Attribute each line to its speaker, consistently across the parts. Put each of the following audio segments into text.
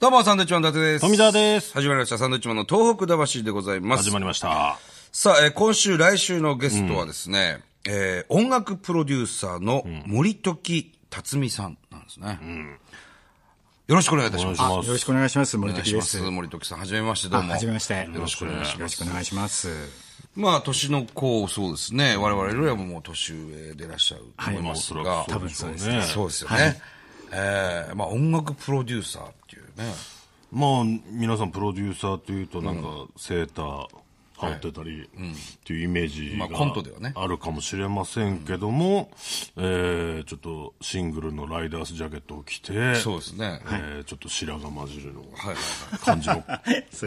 Speaker 1: どうも、サンドウィッチマン伊達です。
Speaker 2: 富澤です。
Speaker 1: 始まりました、サンドウィッチマンの東北魂でございます。
Speaker 2: 始まりました。
Speaker 1: さあ、えー今週、来週のゲストはですね、えー音楽プロデューサーの森時辰巳さんなんですね。よろしくお願いいたします。
Speaker 2: お
Speaker 1: お
Speaker 2: 願いしま
Speaker 3: よろしくお願いします。森
Speaker 1: 願い
Speaker 3: 時
Speaker 1: し
Speaker 3: で
Speaker 1: ます。
Speaker 3: す。
Speaker 1: 森時さん、はじめまして、ど
Speaker 3: あ、
Speaker 1: うも。
Speaker 3: はじめまして。
Speaker 1: よろしくお願いし
Speaker 3: よ
Speaker 1: ま
Speaker 3: ろ
Speaker 1: す
Speaker 3: し。くお願いします。
Speaker 1: まあ、年の子、そうですね。我々よりはもう年上でいらっしゃると思いますが、
Speaker 2: はいおそらく
Speaker 3: 多分そうです
Speaker 2: そうで
Speaker 3: ね
Speaker 2: す。
Speaker 1: そうですよね。えーまあ、音楽プロデューサーっていうね。
Speaker 2: まあ、皆さんプロデューサーというと、なんか、セーター羽織ってたり、っていうイメージ
Speaker 1: まあコントではね
Speaker 2: があるかもしれませんけども、えーちょっとシングルのライダースジャケットを着て、
Speaker 1: そうですね。
Speaker 2: えーちょっと白髪混じるの
Speaker 1: はいはいはい。
Speaker 2: 感 じの、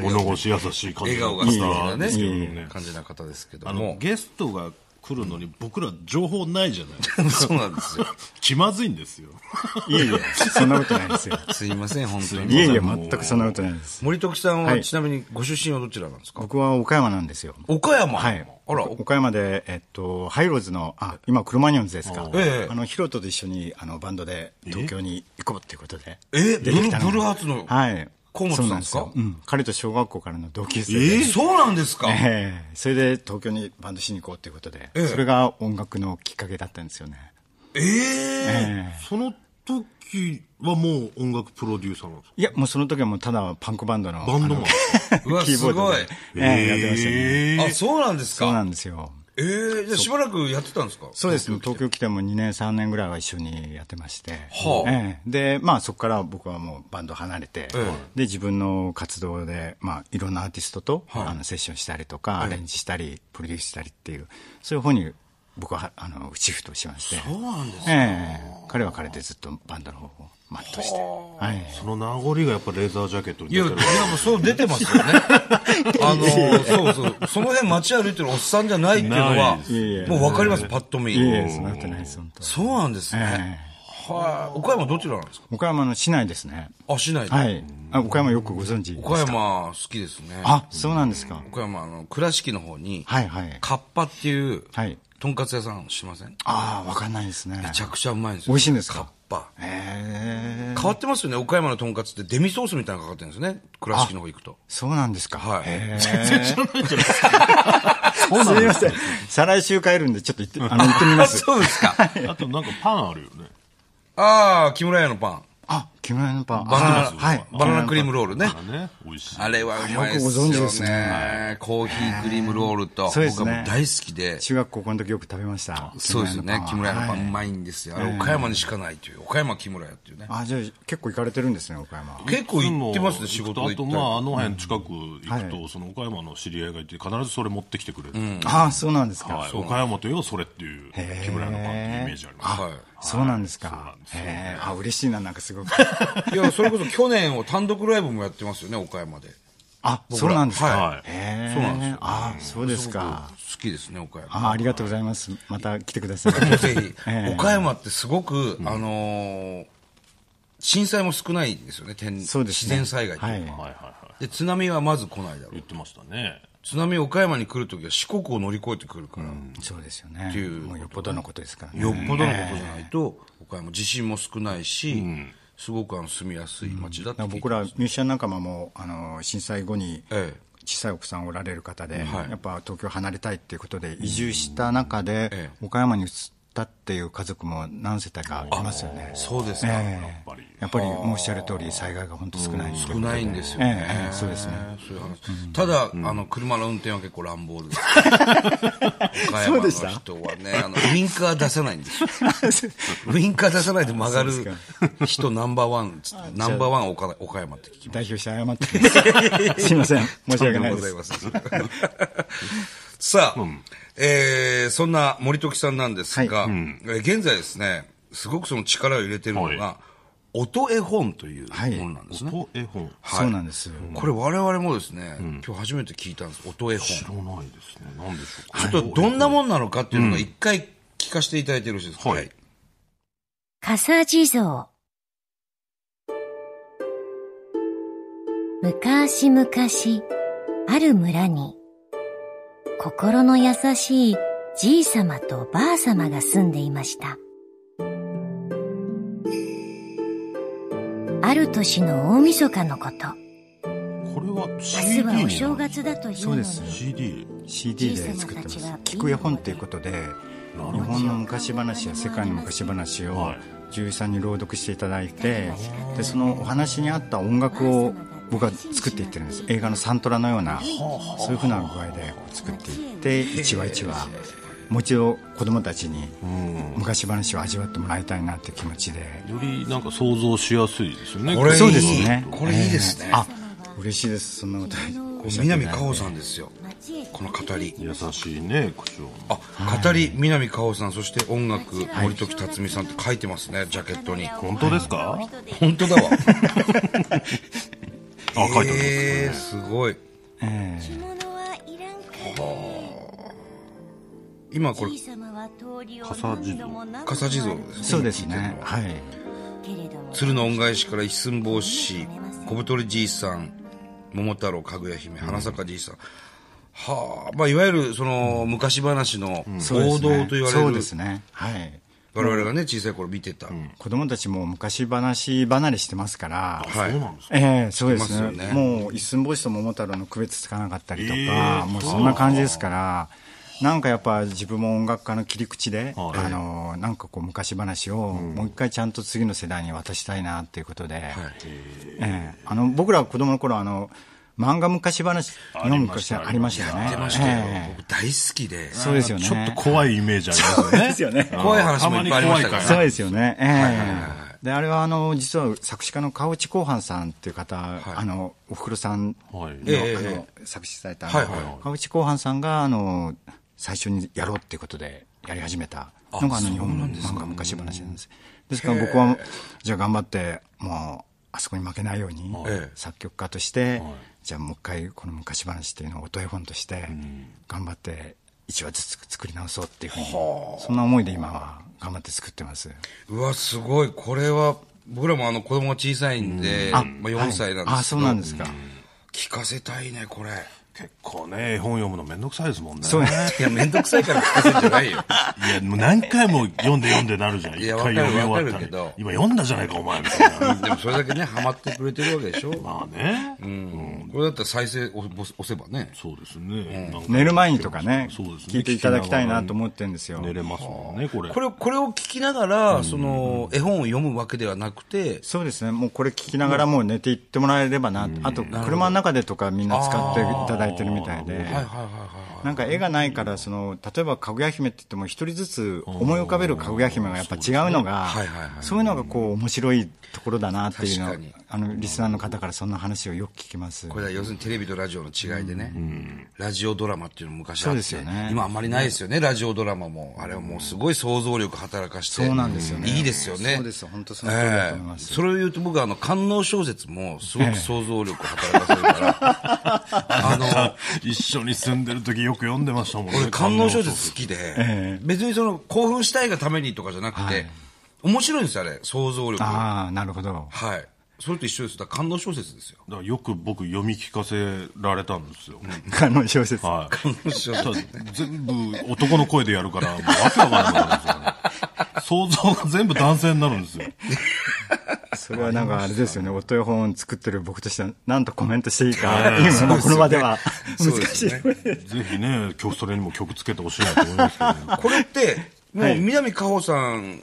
Speaker 2: 物腰優しい感
Speaker 1: 笑
Speaker 2: じ
Speaker 1: 顔
Speaker 2: の
Speaker 1: が素敵なね
Speaker 2: ですけどね。
Speaker 1: 感じな方ですけど
Speaker 4: あの
Speaker 1: も。
Speaker 4: ゲストが来るのに僕ら情報ないじゃない
Speaker 1: そうなんですよ。
Speaker 4: 気まずいんですよ
Speaker 3: いえいえ、そんなことないで すよ。
Speaker 1: すいません、本当
Speaker 3: い
Speaker 1: に。
Speaker 3: えいえ、全くそんなことないです。
Speaker 1: 森時さんは、
Speaker 3: はい
Speaker 1: ちなみにご出身はどちらなんですか
Speaker 3: 僕は岡山なんですよ。
Speaker 1: 岡山
Speaker 3: はい。
Speaker 1: あら、お
Speaker 3: 岡山で、えっと、ハイローズの、あ、今、クロマニョンズですか。
Speaker 1: ええ
Speaker 3: あの、ヒロトと一緒に、あの、バンドで、東京に行こうっていうことで。
Speaker 1: え
Speaker 3: 出てきた
Speaker 1: ブルブルーハーツの
Speaker 3: はい。
Speaker 1: 河本さん
Speaker 3: そうなんですよ。うん。彼と小学校からの同級生で。
Speaker 1: えそうなんですか
Speaker 3: ええそれで東京にバンドしに行こうということで、
Speaker 1: ええ
Speaker 3: それが音楽のきっかけだったんですよね。
Speaker 1: ええ
Speaker 3: ええ
Speaker 4: その時はもう音楽プロデューサーなんですか
Speaker 3: いや、もうその時はもうただパンクバンドの。
Speaker 4: バンドマン
Speaker 3: あ
Speaker 1: うわ
Speaker 3: のキーボードで。
Speaker 1: す
Speaker 3: ええやってましたね。
Speaker 1: あ、そうなんです
Speaker 3: そうな
Speaker 1: か
Speaker 3: んですよ。
Speaker 1: ええじゃあしばらくやってたんですか
Speaker 3: そうですね。東京来ても2年、3年ぐらいは一緒にやってまして。
Speaker 1: はあ
Speaker 3: ええで、まあそこから僕はもうバンド離れて、で、自分の活動で、まあいろんなアーティストと、あのセッションしたりとか、アレンジしたり、プロデュースしたりっていう、そういう方に僕は、あの、シフトしまして。そうなんですええ彼は彼でずっとバンドの方を全うして。はい。
Speaker 2: その名残がやっぱレーザージャケットに
Speaker 1: い
Speaker 2: 出
Speaker 1: や、
Speaker 2: て
Speaker 1: い
Speaker 2: る。
Speaker 1: やもうそう出てますよ ね。あのそうそう。その辺街歩いてるおっさんじゃないっていうのは
Speaker 2: ない
Speaker 3: えいえ、
Speaker 1: もうわかります、パッと見
Speaker 3: い。えいえ、そんなことないです、本当。
Speaker 1: そうなんですね。はい。岡山どちらなんですか
Speaker 3: 岡山の市内ですね。
Speaker 1: あ、市内で。
Speaker 3: はい。あ岡山よくご存知ですか
Speaker 1: 岡山好きですね。
Speaker 3: あ、そうなんですか。
Speaker 1: 岡山、あの、倉敷の方に、
Speaker 3: はいはい。
Speaker 1: カッパっていう、
Speaker 3: はい。
Speaker 1: とんかつ屋さんしませんめ
Speaker 3: ああ、わかんないですね。め
Speaker 1: ちゃくちゃうまいんですよ。
Speaker 3: 美味しいんですか
Speaker 1: カッパ。
Speaker 3: へえ。
Speaker 1: 変わってますよね。岡山のとんかつってデミソースみたいなのかかってるんですよね。倉敷の方行くと。
Speaker 3: そうなんですか。
Speaker 1: はい
Speaker 3: へえ。 そうなんですか。すみません。再来週帰るんで、ちょっと行って、あの、行ってみます。
Speaker 1: そうですか。
Speaker 2: あとなんかパンあるよね。
Speaker 1: ああ、木村屋のパン。
Speaker 3: あ、木村屋のパン。
Speaker 1: バナ
Speaker 3: あー
Speaker 1: ナ、
Speaker 3: はい。
Speaker 1: バナナクリームロールね。
Speaker 2: あれね、美味しい。
Speaker 1: あれはうまいですよ
Speaker 3: よくご存
Speaker 1: ね。
Speaker 3: 知ですね
Speaker 1: コーヒークリームロールと、
Speaker 3: そうですね
Speaker 1: 僕はもう大好きで。
Speaker 3: 中学校の時よく食べました。
Speaker 1: そうですよね。木村屋のパンう
Speaker 3: はい
Speaker 1: まいんですよ。あれ岡山にしかないという。岡山木村屋っていうね。
Speaker 3: あ、じゃあ結構行かれてるんですね、岡山。
Speaker 1: 結構行ってますね、仕事
Speaker 2: あ
Speaker 1: で行
Speaker 2: と、
Speaker 1: っ
Speaker 2: ま
Speaker 1: たり
Speaker 2: あ、あの辺近く行く
Speaker 3: は
Speaker 2: と、その岡山の知り合いがいて、必ずそれ持ってきてくれる。
Speaker 3: ああ、そうなんです
Speaker 2: は
Speaker 3: か
Speaker 2: い。。岡山といえばそれっていう、木村屋のパンっていうイメージあります。
Speaker 1: はい。
Speaker 3: そうなんですか。へえ。あ、嬉しいな、なんかすごく。
Speaker 1: いや、それこそ去年を単独ライブもやってますよね、岡山で。
Speaker 3: あ、そうなんですか。
Speaker 2: はい
Speaker 3: へえ。
Speaker 1: そうなんですよ
Speaker 3: あ、そうですか。
Speaker 1: 好きですね、岡山。
Speaker 3: あありがとうございます。また来てください。、
Speaker 1: ぜひ
Speaker 3: ええ
Speaker 1: 岡山ってすごく、あのー震災も少ないんですよね、天
Speaker 3: そうです
Speaker 1: 自
Speaker 3: ね
Speaker 1: 然災害というか
Speaker 2: はいはいはい。
Speaker 1: で、津波はまず来ないだろう
Speaker 2: 言。ってましたね。
Speaker 1: 津波、岡山に来るときは四国を乗り越えてくるから、
Speaker 3: そうですよね。
Speaker 1: ていう
Speaker 3: もうよっぽどのことですからね。
Speaker 1: よっぽどのことじゃないと、岡山、地震も少ないし、すごくあの住みやすい街だって聞いて
Speaker 3: 僕らミュージシャン仲間もあの震災後に
Speaker 1: ええ
Speaker 3: 小さいお子さんおられる方で、
Speaker 1: はい
Speaker 3: やっぱ東京離れたいっていうことで移住した中
Speaker 1: え
Speaker 3: で、
Speaker 1: え
Speaker 3: 岡山に移ったっていう家族も何世帯かいますよね。
Speaker 1: そうですか、
Speaker 3: ええ
Speaker 2: ぱり
Speaker 3: やっぱりもうおっしゃる通り災害が本当少ない、
Speaker 1: 少ないんですよね、
Speaker 3: ええええそうですね
Speaker 1: そういう話ただ、あの車の運転は結構乱暴です岡山
Speaker 3: そう
Speaker 1: の
Speaker 3: でした
Speaker 1: 人はねあのウインカー出さないんですよ ウインカー出さないで曲がる人ナンバーワンっつってナンバーワン岡岡山って聞きま
Speaker 3: 代表して謝ってますすいません申
Speaker 1: す
Speaker 3: し訳な
Speaker 1: とんも
Speaker 3: いです
Speaker 1: ございません さあ、えーそんな森時さんなんですが、えー現在ですねすごくその力を入れてるのが、
Speaker 2: は
Speaker 1: 音絵本という
Speaker 3: はい
Speaker 1: 本なんですね、
Speaker 2: 音絵本。
Speaker 3: そうなんですよ、
Speaker 1: これ我々もですね、今日初めて聞いたんです音絵本
Speaker 2: 知らないですね。なんでしょうか。
Speaker 1: ちょっとどんなもんなのかっていうのが一回聞かせていただいてよろしいですか、
Speaker 2: はい
Speaker 5: 笠地蔵昔々、ある村に、心の優しいじいさまとばあさまが住んでいました。ある年の大晦日のこと
Speaker 2: これは
Speaker 5: 明日
Speaker 2: CD
Speaker 5: はお
Speaker 2: に
Speaker 5: 正
Speaker 2: なる
Speaker 5: 月だという
Speaker 3: そう
Speaker 5: の
Speaker 3: で
Speaker 5: に
Speaker 3: す
Speaker 2: CD
Speaker 3: CD で作ってます
Speaker 5: じいさまたちが
Speaker 3: 聞く絵本ということで日本の昔話や世界の昔話を
Speaker 2: はい
Speaker 3: 獣医さんに朗読していただいてでそのお話に合った音楽を僕は作っていってるんです映画のサントラのようなそういうふうな具合でこう作っていって一話一話もう一度子供たちに昔話を味わってもらいたいなって気持ちで
Speaker 2: よりなんか想像しやすいですよね
Speaker 1: これいい
Speaker 3: そうですね
Speaker 1: これいいですね
Speaker 3: えーあ嬉しいですそんなこと
Speaker 1: こう南かおさんですよこの語り
Speaker 2: 優しいね口調
Speaker 1: あ語り南かおさんそして音楽森時辰巳さんって書いてますねジャケットに
Speaker 2: 本当ですかあ
Speaker 1: 本当だ わ
Speaker 2: 書いてある
Speaker 1: えー、すごい
Speaker 3: え
Speaker 5: 着物はいらんか
Speaker 1: 今これ
Speaker 5: じいさまは通りを
Speaker 2: 笠地蔵
Speaker 1: 笠地蔵ですす
Speaker 3: そうですねはい
Speaker 5: けれども
Speaker 1: 鶴の恩返しから一寸法師小太りじいさん桃太郎かぐや姫花坂じいさん、はあまあいわゆるその、昔話の
Speaker 3: そうで
Speaker 1: 王
Speaker 3: す
Speaker 1: 道
Speaker 3: ね
Speaker 1: と言われ
Speaker 3: そう
Speaker 1: る、
Speaker 3: ですねはい
Speaker 1: 我々がね小さい頃見てた、
Speaker 3: 子供たちも昔話離れしてますから、
Speaker 1: はい
Speaker 3: ええそうです
Speaker 1: してま
Speaker 3: ね
Speaker 1: すよね
Speaker 3: もう一寸法師と桃太郎の区別つかなかったりとか、もうそんな感じですからなんかやっぱ自分も音楽家の切り口で、あのなんかこう昔話をもう一回ちゃんと次の世代に渡したいなっていうことで、ええあの僕ら子供の頃あの漫画昔話日本昔ありましたよね
Speaker 1: 出ましたよ、
Speaker 3: ええ
Speaker 1: 僕大好きで
Speaker 3: そうですよね
Speaker 2: ちょっと怖いイメージありますよね
Speaker 3: ですよ ね
Speaker 1: 怖い話もいっぱいありましたから
Speaker 3: そうですよね。ええで、あれは、あの、実は作詞家の川内公範さんっていう方、あの、おふくろさんの、
Speaker 2: はい
Speaker 1: ええ
Speaker 3: あ
Speaker 1: え
Speaker 3: の、作詞された、
Speaker 1: はいはいはい
Speaker 3: 川内公範さんが、あの、最初にやろうっていうことでやり始めたのが、あの、日本の漫画昔話なんです。ですから僕は、じゃあ頑張って、もう、あそこに負けないように、
Speaker 1: ええ
Speaker 3: 作曲家として、じゃあもう一回この昔話っていうのを音絵本として頑張って一話ずつ作り直そうっていうふうにそんな思いで今は頑張って作ってます
Speaker 1: うわすごいこれは僕らもあの子供が小さいんで、まあ、4歳なんですけど、
Speaker 3: はいあそうなんですか
Speaker 1: 聞かせたいねこれ
Speaker 2: 結構ね絵本読むのめんどくさいですもんね
Speaker 3: そうです
Speaker 1: いや面倒くさいから聞かせるんじゃない よ
Speaker 2: いや、もう何回も読んで読んでなるじゃん。
Speaker 1: い
Speaker 2: 一
Speaker 1: や
Speaker 2: 回読み終わ
Speaker 1: わか
Speaker 2: った
Speaker 1: るわかる
Speaker 2: り
Speaker 1: けど
Speaker 2: 今読んだじゃないか、お前、みたいな。
Speaker 1: でもそれだけねハマってくれてるわけでしょ、
Speaker 2: まあね。
Speaker 1: うん、これだったら再生を押押せばね
Speaker 2: そうですね。なんか
Speaker 3: 寝る前にとかね
Speaker 2: そうですね
Speaker 3: 聞いていただきたいなと思ってるんですよ
Speaker 2: 寝れますもんね、これ。
Speaker 1: これをこれを聞きながら、その絵本を読むわけではなくて、
Speaker 3: そうですねもうこれ聞きながらもう寝ていってもらえればなあと車の中でとかみんな使っていただいてるみたいでなんか絵がないからその例えばかぐや姫って言っても一人ずつ思い浮かべるかぐや姫がやっぱ違うのが
Speaker 1: はいはいはい
Speaker 3: そういうのがこう面白いところだなっていうの
Speaker 1: 確かに
Speaker 3: あのリスナーの方からそんな話をよく聞きます
Speaker 1: これは要するにテレビとラジオの違いでね、ラジオドラマっていうのも昔あって
Speaker 3: そうですよね
Speaker 1: 今あんまりないですよね、ラジオドラマも。あれはもうすごい想像力働かして。
Speaker 3: そうなんですよね
Speaker 1: いいですよね。
Speaker 3: そうです本当その通りだと思いま
Speaker 1: え
Speaker 3: す
Speaker 1: えそれを言うと僕はあの、官能小説もすごく想像力働かせるから、
Speaker 2: あの、一緒に住んでる時よく読んでましたもんね。
Speaker 1: 俺官能小説好きで、別にその興奮したいがためにとかじゃなくて、面白いんですよ、あれ。想像力。は
Speaker 3: ああなるほど
Speaker 1: い。それと一緒です。だから官能小説ですよ。
Speaker 2: だからよく僕読み聞かせられたんですよ。
Speaker 3: あの小説
Speaker 2: はい。
Speaker 1: 官能小
Speaker 2: た
Speaker 1: 説
Speaker 2: だ全部男の声でやるから、もうわけわかんないんですよね。想像が全部男性になるんですよ。
Speaker 3: それはなんかあれですよね、音絵本作ってる僕としては、なんとコメントしていいか、今のこの場では難
Speaker 1: そうです
Speaker 3: しい
Speaker 1: よ。ね
Speaker 2: ぜひね、曲それにも曲つけてほしいなと思いますけどね。
Speaker 1: これ って、もう南果歩さん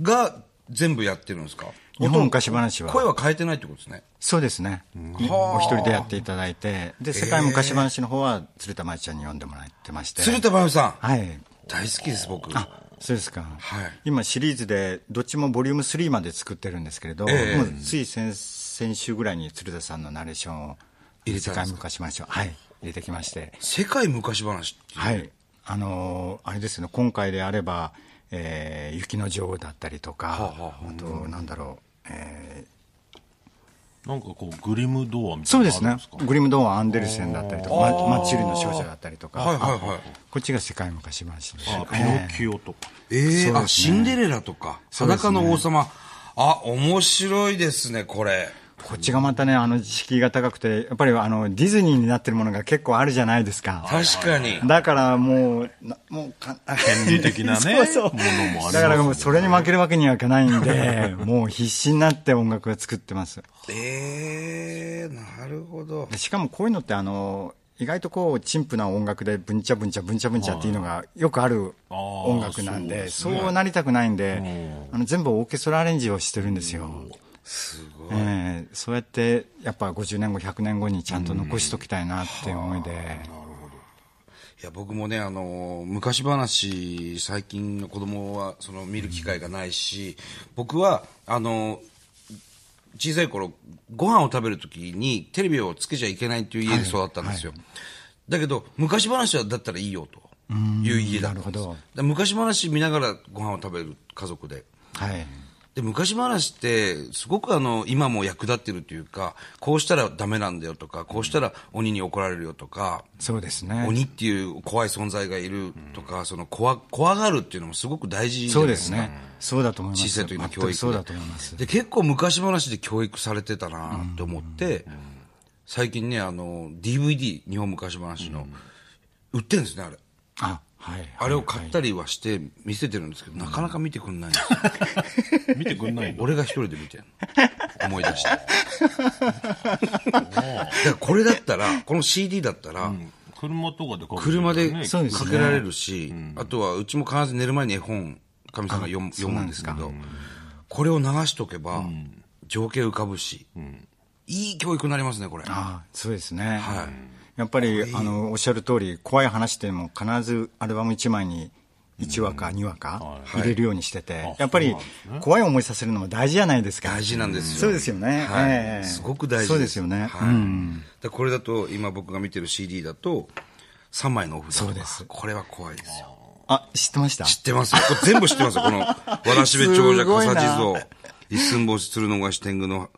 Speaker 1: が全部やってるんですか
Speaker 3: 日本昔話
Speaker 1: 声
Speaker 3: は。
Speaker 1: は変えてないってことですね。
Speaker 3: そうですね。お一人でやっていただいて、で、世界昔話の方は鶴田舞ちゃんに読んでもらってまして。
Speaker 1: 鶴田真由さん、
Speaker 3: はい。
Speaker 1: 大好きです、僕。
Speaker 3: そうですか。
Speaker 1: はい
Speaker 3: 今シリーズで、どっちもボリューム3まで作ってるんですけれど、
Speaker 1: ええ
Speaker 3: もうつい先先週ぐらいに鶴田さんのナレーションを、
Speaker 1: 入れたんですか
Speaker 3: 世界昔話を、はい、入れてきまして。
Speaker 1: 世界昔話っていう
Speaker 3: はい、あのーあれですね、今回であれば、えー雪の女王だったりとか、あと、なんだろう、え
Speaker 2: なんかこう、グリムドアみ
Speaker 3: ー
Speaker 2: た
Speaker 3: そ
Speaker 2: いうなのある
Speaker 3: です
Speaker 2: ん
Speaker 3: ね
Speaker 2: ですか、
Speaker 3: グリムドーン、アンデルセンだったりとか、ママッチルの少女だったりとか、
Speaker 1: はいはいはい
Speaker 3: あこっちが世界昔話です。
Speaker 2: あピノキオとか。
Speaker 1: ええ
Speaker 3: そうですね
Speaker 1: あ、シンデレラとか、
Speaker 3: そうですね
Speaker 1: 裸の王様。あ、面白いですね、これ。
Speaker 3: こっちがまたね、あの、敷居が高くて、やっぱりあの、ディズニーになってるものが結構あるじゃないですか。
Speaker 1: 確かに。
Speaker 3: だからもう、なもうか、
Speaker 2: 権利的なね
Speaker 3: そうそう
Speaker 2: ものもあります
Speaker 3: だからもうそれに負けるわけにはいかないんで、もう必死になって音楽を作ってます。
Speaker 1: ええなるほど。
Speaker 3: でしかもこういうのってあの、意外とこう、陳腐な音楽で、ぶんちゃぶんちゃぶんちゃぶんちゃっていうのがよくある音楽なんで、そうなりたくないんで、あの全部オーケストラアレンジをしてるんですよ。すごい、ええそうやって、やっぱ50年後、100年後にちゃんと残しときたいなっていう思いで。
Speaker 1: いや、僕もね、あの、昔話、最近の子供は、その、見る機会がないし、僕は、あの、小さい頃、ご飯を食べるときに、テレビをつけちゃいけないという家で育ったんですよ。だけど、昔話はだったらいいよ、という家だったんです。
Speaker 3: なるほど
Speaker 1: だ昔話見ながらご飯を食べる家族で。
Speaker 3: はい。
Speaker 1: で昔話ってすごくあの今も役立ってるというかこうしたらダメなんだよとかこうしたら鬼に怒られるよとか、
Speaker 3: そうですね。
Speaker 1: 鬼っていう怖い存在がいるとか、その怖怖がるっていうのもすごく大事じゃ
Speaker 3: そ
Speaker 1: な
Speaker 3: う
Speaker 1: いで
Speaker 3: ですす
Speaker 1: か
Speaker 3: ね。そうだと思います。
Speaker 1: 小さい時の教育
Speaker 3: 全
Speaker 1: で
Speaker 3: くそうだと思います。
Speaker 1: で結構昔話で教育されてたなって思って、最近ねあの DVD 日本昔話の、売ってるんですねあれ
Speaker 3: あ、はい。
Speaker 1: あれを買ったりはして見せてるんですけど、なかなか見てくんないん ですよ
Speaker 2: 見てくんないの
Speaker 1: 俺が一人で見てんの。思い出 して。だからこれだったら、この CD だったら、
Speaker 2: 車とかでかけてるよ
Speaker 1: 車
Speaker 2: ね
Speaker 1: で
Speaker 2: ね
Speaker 3: そうですね
Speaker 1: かけられるし、あとはうちも必ず寝る前に絵本、かみさんが読む読むんですけど、これを流しとけば、情景浮かぶし、いい教育になりますね、これ。
Speaker 3: あそうですね、
Speaker 1: はい
Speaker 3: やっぱりあのおっしゃる通り、怖い話でも必ずアルバム1枚に1話か2話か入れるようにしてて、やっぱり怖い思いさせるのも大事じゃないですか。
Speaker 1: 大事なんですよ。
Speaker 3: そうですよね
Speaker 1: はい
Speaker 3: ええ
Speaker 1: すごく大事
Speaker 3: そうですよね
Speaker 1: はい
Speaker 3: うん
Speaker 1: だからこれだと、今僕が見てる CD だと、3枚のお札とか
Speaker 3: そうです
Speaker 1: これは怖いですよ。
Speaker 3: あ、知ってました
Speaker 1: 知ってますよ。これ全部知ってますよ。この、わらしべ長者、
Speaker 3: すごいな
Speaker 1: 笠地蔵、一寸法師、鶴の菓子、天狗の、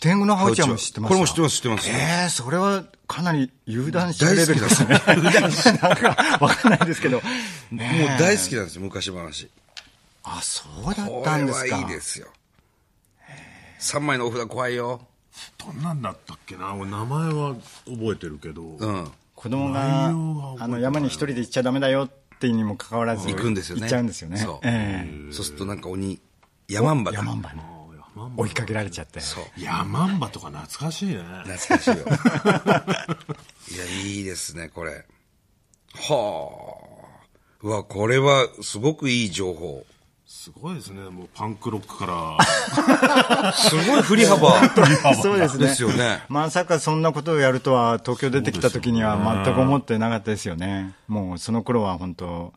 Speaker 3: 天狗のハウちゃんも知ってます
Speaker 1: これも知ってます知ってます
Speaker 3: ええそれはかなり油断した
Speaker 1: 大
Speaker 3: レ
Speaker 1: 好
Speaker 3: ベ
Speaker 1: き
Speaker 3: ル
Speaker 1: だ
Speaker 3: ですね。油断し なんかわかんないで すけど。
Speaker 1: もう大好きなんですよ、昔話。
Speaker 3: あ、そうだっ
Speaker 1: こ
Speaker 3: たん
Speaker 1: れ
Speaker 3: です
Speaker 1: は
Speaker 3: か。
Speaker 1: いいですよ。3枚のお札怖いよ。
Speaker 2: どんなんだったっけな俺名前は覚えてるけど、
Speaker 1: うん。
Speaker 3: 子供が
Speaker 2: 内容は覚えてない
Speaker 3: あの山に一人で行っちゃダメだよってにもかかわらず
Speaker 1: 行くんですよね。
Speaker 3: 行っちゃうんですよね。
Speaker 1: そう。
Speaker 3: ええ
Speaker 1: そうするとなんか鬼、山んばだ。
Speaker 3: 山んばに追いかけられちゃって。
Speaker 1: そう。
Speaker 2: ヤマンバとか懐かしいね
Speaker 1: 懐かしいよ。 いや、いいですね、これ。はあ。うわ、これはすごくいい情報。
Speaker 2: すごいですねもうパンクロックから
Speaker 1: すごい振り幅。
Speaker 3: そうですね。
Speaker 1: ですよね
Speaker 3: まさかそんなことをやるとは、東京出てきた時には全く思ってなかったですよね。もうその頃は本当、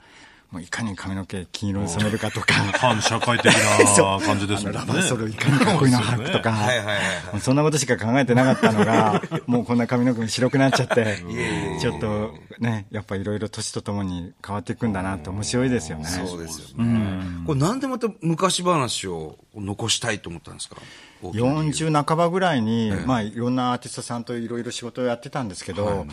Speaker 3: もういかに髪の毛金色に染めるかとか、
Speaker 2: 反社会的 な感じですもんね
Speaker 3: ラバーソルいかにかっこいいの履くとか、
Speaker 1: はいはいはい。
Speaker 3: もうそんなことしか考えてなかった のが、もうこんな髪の毛も白くなっちゃって、ちょっとね、やっぱいろいろ年とともに変わっていくんだなって面白いですよね。
Speaker 1: そうですよね。これなんでまた昔話を残したいと思ったんですか大きな理由
Speaker 3: 40半ばぐらいに、まあ、いろんなアーティストさんといろいろ仕事をやってたんですけど、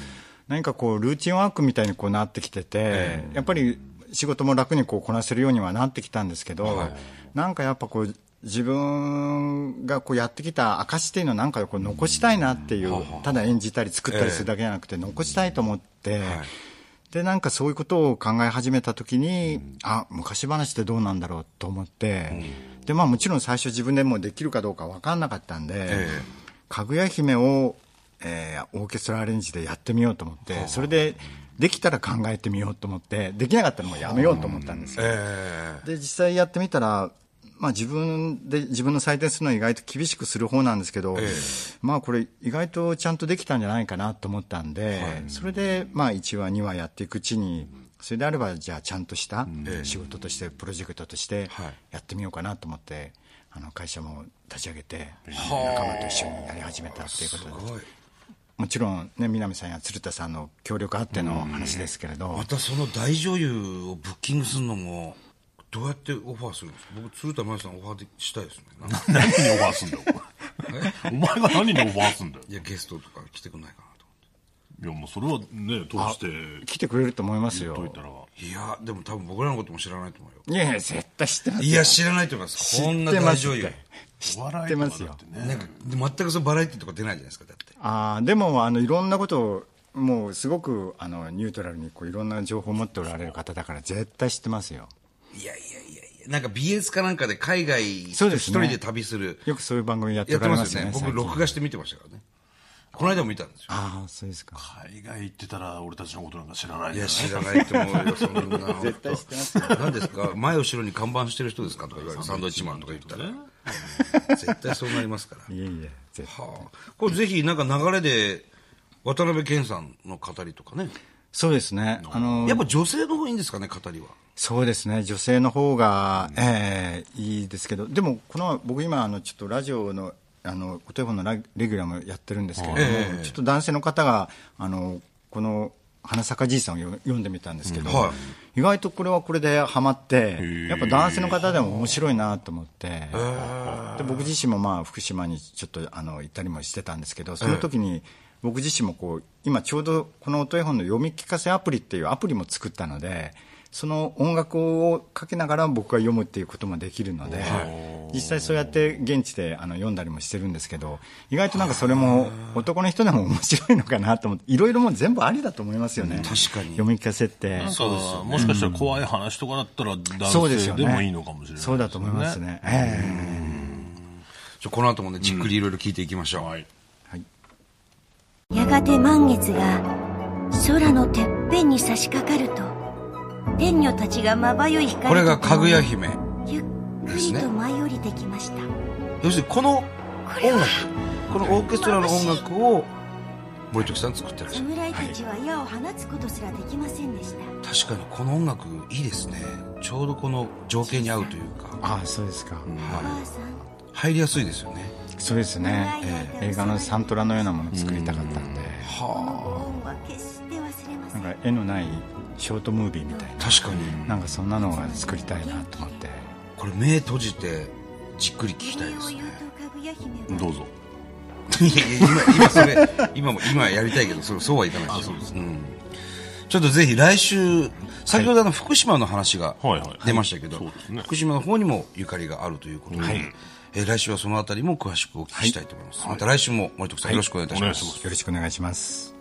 Speaker 3: 何かこう、ルーチンワークみたいにこうなってきてて、やっぱり仕事も楽にこうこなせるようにはなってきたんですけど、なんかやっぱこう、自分がこうやってきた証っていうのをなんかこう残したいなっていう、ただ演じたり作ったりするだけじゃなくて、残したいと思って、で、なんかそういうことを考え始めたときに、あ、昔話ってどうなんだろうと思って、で、まあもちろん最初自分でもできるかどうか分かんなかったんで、かぐや姫を、えーオーケストラアレンジでやってみようと思って、それで、できたら考えてみようと思って、できなかったらもうやめようと思ったんですよ。で、実際やってみたら、まあ自分で、自分の採点するのは意外と厳しくする方なんですけど、まあこれ意外とちゃんとできたんじゃないかなと思ったんで、それでまあ1話2話やっていくうちに、それであればじゃあちゃんとした仕事として、プロジェクトとしてやってみようかなと思って、あの会社も立ち上げて、仲間と一緒にやり始めたっていうことで。もちろんね、南さんや鶴田さんの協力あっての話ですけれど、
Speaker 1: またその大女優をブッキングするのも、どうやってオファーするんですか僕、鶴田真由さんオファーでしたいですね。なんか
Speaker 2: 何にオファーすんだよお前が何にオファーすんだよ
Speaker 1: いや、ゲストとか来てくんないかなと
Speaker 2: いやもうそれはね通して
Speaker 3: 来てくれると思いますよ
Speaker 2: 解いたら
Speaker 1: いやでも多分僕らのことも知らないと思うよ
Speaker 3: いやいや絶対知ってます
Speaker 1: いや知らないと思いますこんな大女優
Speaker 2: お笑
Speaker 3: 知っ
Speaker 2: いとか
Speaker 3: てま
Speaker 2: だ
Speaker 3: すよ
Speaker 2: って
Speaker 1: な
Speaker 2: ね
Speaker 1: んかで全くそのバラエティーとか出ないじゃないですかだって
Speaker 3: あーでもあのいろんなことをもうすごくあのニュートラルにこういろんな情報を持っておられる方だから絶対知ってますよ
Speaker 1: いやいやいやいやなんか BS かなんかで海外
Speaker 3: そう
Speaker 1: 一
Speaker 3: です
Speaker 1: 人
Speaker 3: ね
Speaker 1: で旅する
Speaker 3: よくそういう番組やって
Speaker 1: や
Speaker 3: お
Speaker 1: って
Speaker 3: られ
Speaker 1: ま
Speaker 3: ますす
Speaker 1: よ
Speaker 3: よ
Speaker 1: ね
Speaker 3: ね
Speaker 1: 僕録画して見てましたからねこの間も見たんですよ
Speaker 3: ああそうですか
Speaker 2: 海外行ってたら俺たちのことなんか知らない
Speaker 1: いや、
Speaker 2: ね
Speaker 1: 知らないと思うよ、そんな。絶対知ってますよ。何ですか前後ろに看板してる人ですかとか言われて、サンドイッチマンとか言ったら。絶対そうなりますから。
Speaker 3: いえいえ絶対
Speaker 1: はあ、これぜひ、なんか流れで、渡辺謙さんの語りとかね。
Speaker 3: そうですねあの
Speaker 1: やっぱ女性の方がいいんですかね、語りは。
Speaker 3: そうですね女性の方が、ええいいですけどでもこの僕今あのちょっとラジオのあのお手本のラレギュラーもやってるんですけれども、ちょっと男性の方があのこの花咲かじいさんをよ読んでみたんですけど、
Speaker 1: うんはい
Speaker 3: 意外とこれはこれでハマってやっぱ男性の方でも面白いなと思ってで僕自身もまあ福島にちょっとあの行ったりもしてたんですけどその時に僕自身もこう今ちょうどこの音絵本の読み聞かせアプリっていうアプリも作ったのでその音楽をかけながら僕が読むっていうこともできるので実際そうやって現地であの読んだりもしてるんですけど意外となんかそれも男の人でも面白いのかなと思っていろいろもう全部ありだと思いますよね
Speaker 1: 確かに
Speaker 3: 読み聞かせって
Speaker 2: そうですよねもしかしたら怖い話とかだったら男
Speaker 3: そうです
Speaker 2: 性
Speaker 3: よね
Speaker 2: でもいいのかもしれないですね
Speaker 3: そうだと思いますね。ええ
Speaker 1: ちょこの後もね、じっくりいろいろ聞いていきましょう。
Speaker 3: はい。
Speaker 5: やがて満月が空のてっぺんに差し掛かると天女たちがまばゆい光
Speaker 1: これが
Speaker 5: とと
Speaker 1: か
Speaker 5: も
Speaker 1: ぐ
Speaker 5: に
Speaker 1: や姫。
Speaker 5: ゆっくりと舞い降りてきました、
Speaker 1: 要するに、この
Speaker 5: れ
Speaker 1: 音
Speaker 5: は
Speaker 1: 楽、このオーケストラの音楽を、森時さん作ってらっしゃる。
Speaker 5: 侍たちは矢を放つことすらできませんでした、
Speaker 1: 確かにこの音楽いいですね。ちょうどこの情景に合うというか。
Speaker 3: ああ、そうですか。
Speaker 5: おばあさん
Speaker 1: 入りやすいですよね
Speaker 3: そうですね、ええ映画のサントラのようなものを作りたかったんで、
Speaker 5: この恩は決して忘れません
Speaker 3: なんか絵のないショートムービーみたいな、
Speaker 1: 確かに
Speaker 3: なんかそんなのが作りたいなと思って。
Speaker 1: これ目閉じてじっくり聞きたいで
Speaker 5: を
Speaker 1: すね
Speaker 5: 言うとかぐや姫は
Speaker 2: どうぞ
Speaker 1: いやいや今今それ 今も今やりたいけどそれそうはいかないですようんちょっとぜひ来週先ほどあの福島の話が
Speaker 2: はいはい
Speaker 1: 出ましたけど、
Speaker 2: はいそうですね
Speaker 1: 福島の方にもゆかりがあるということで、えー来週はそのあたりも詳しくお聞きしたいと思います、また来週も森徳さんよろしくお願いいたします、
Speaker 3: よろしくお願いします。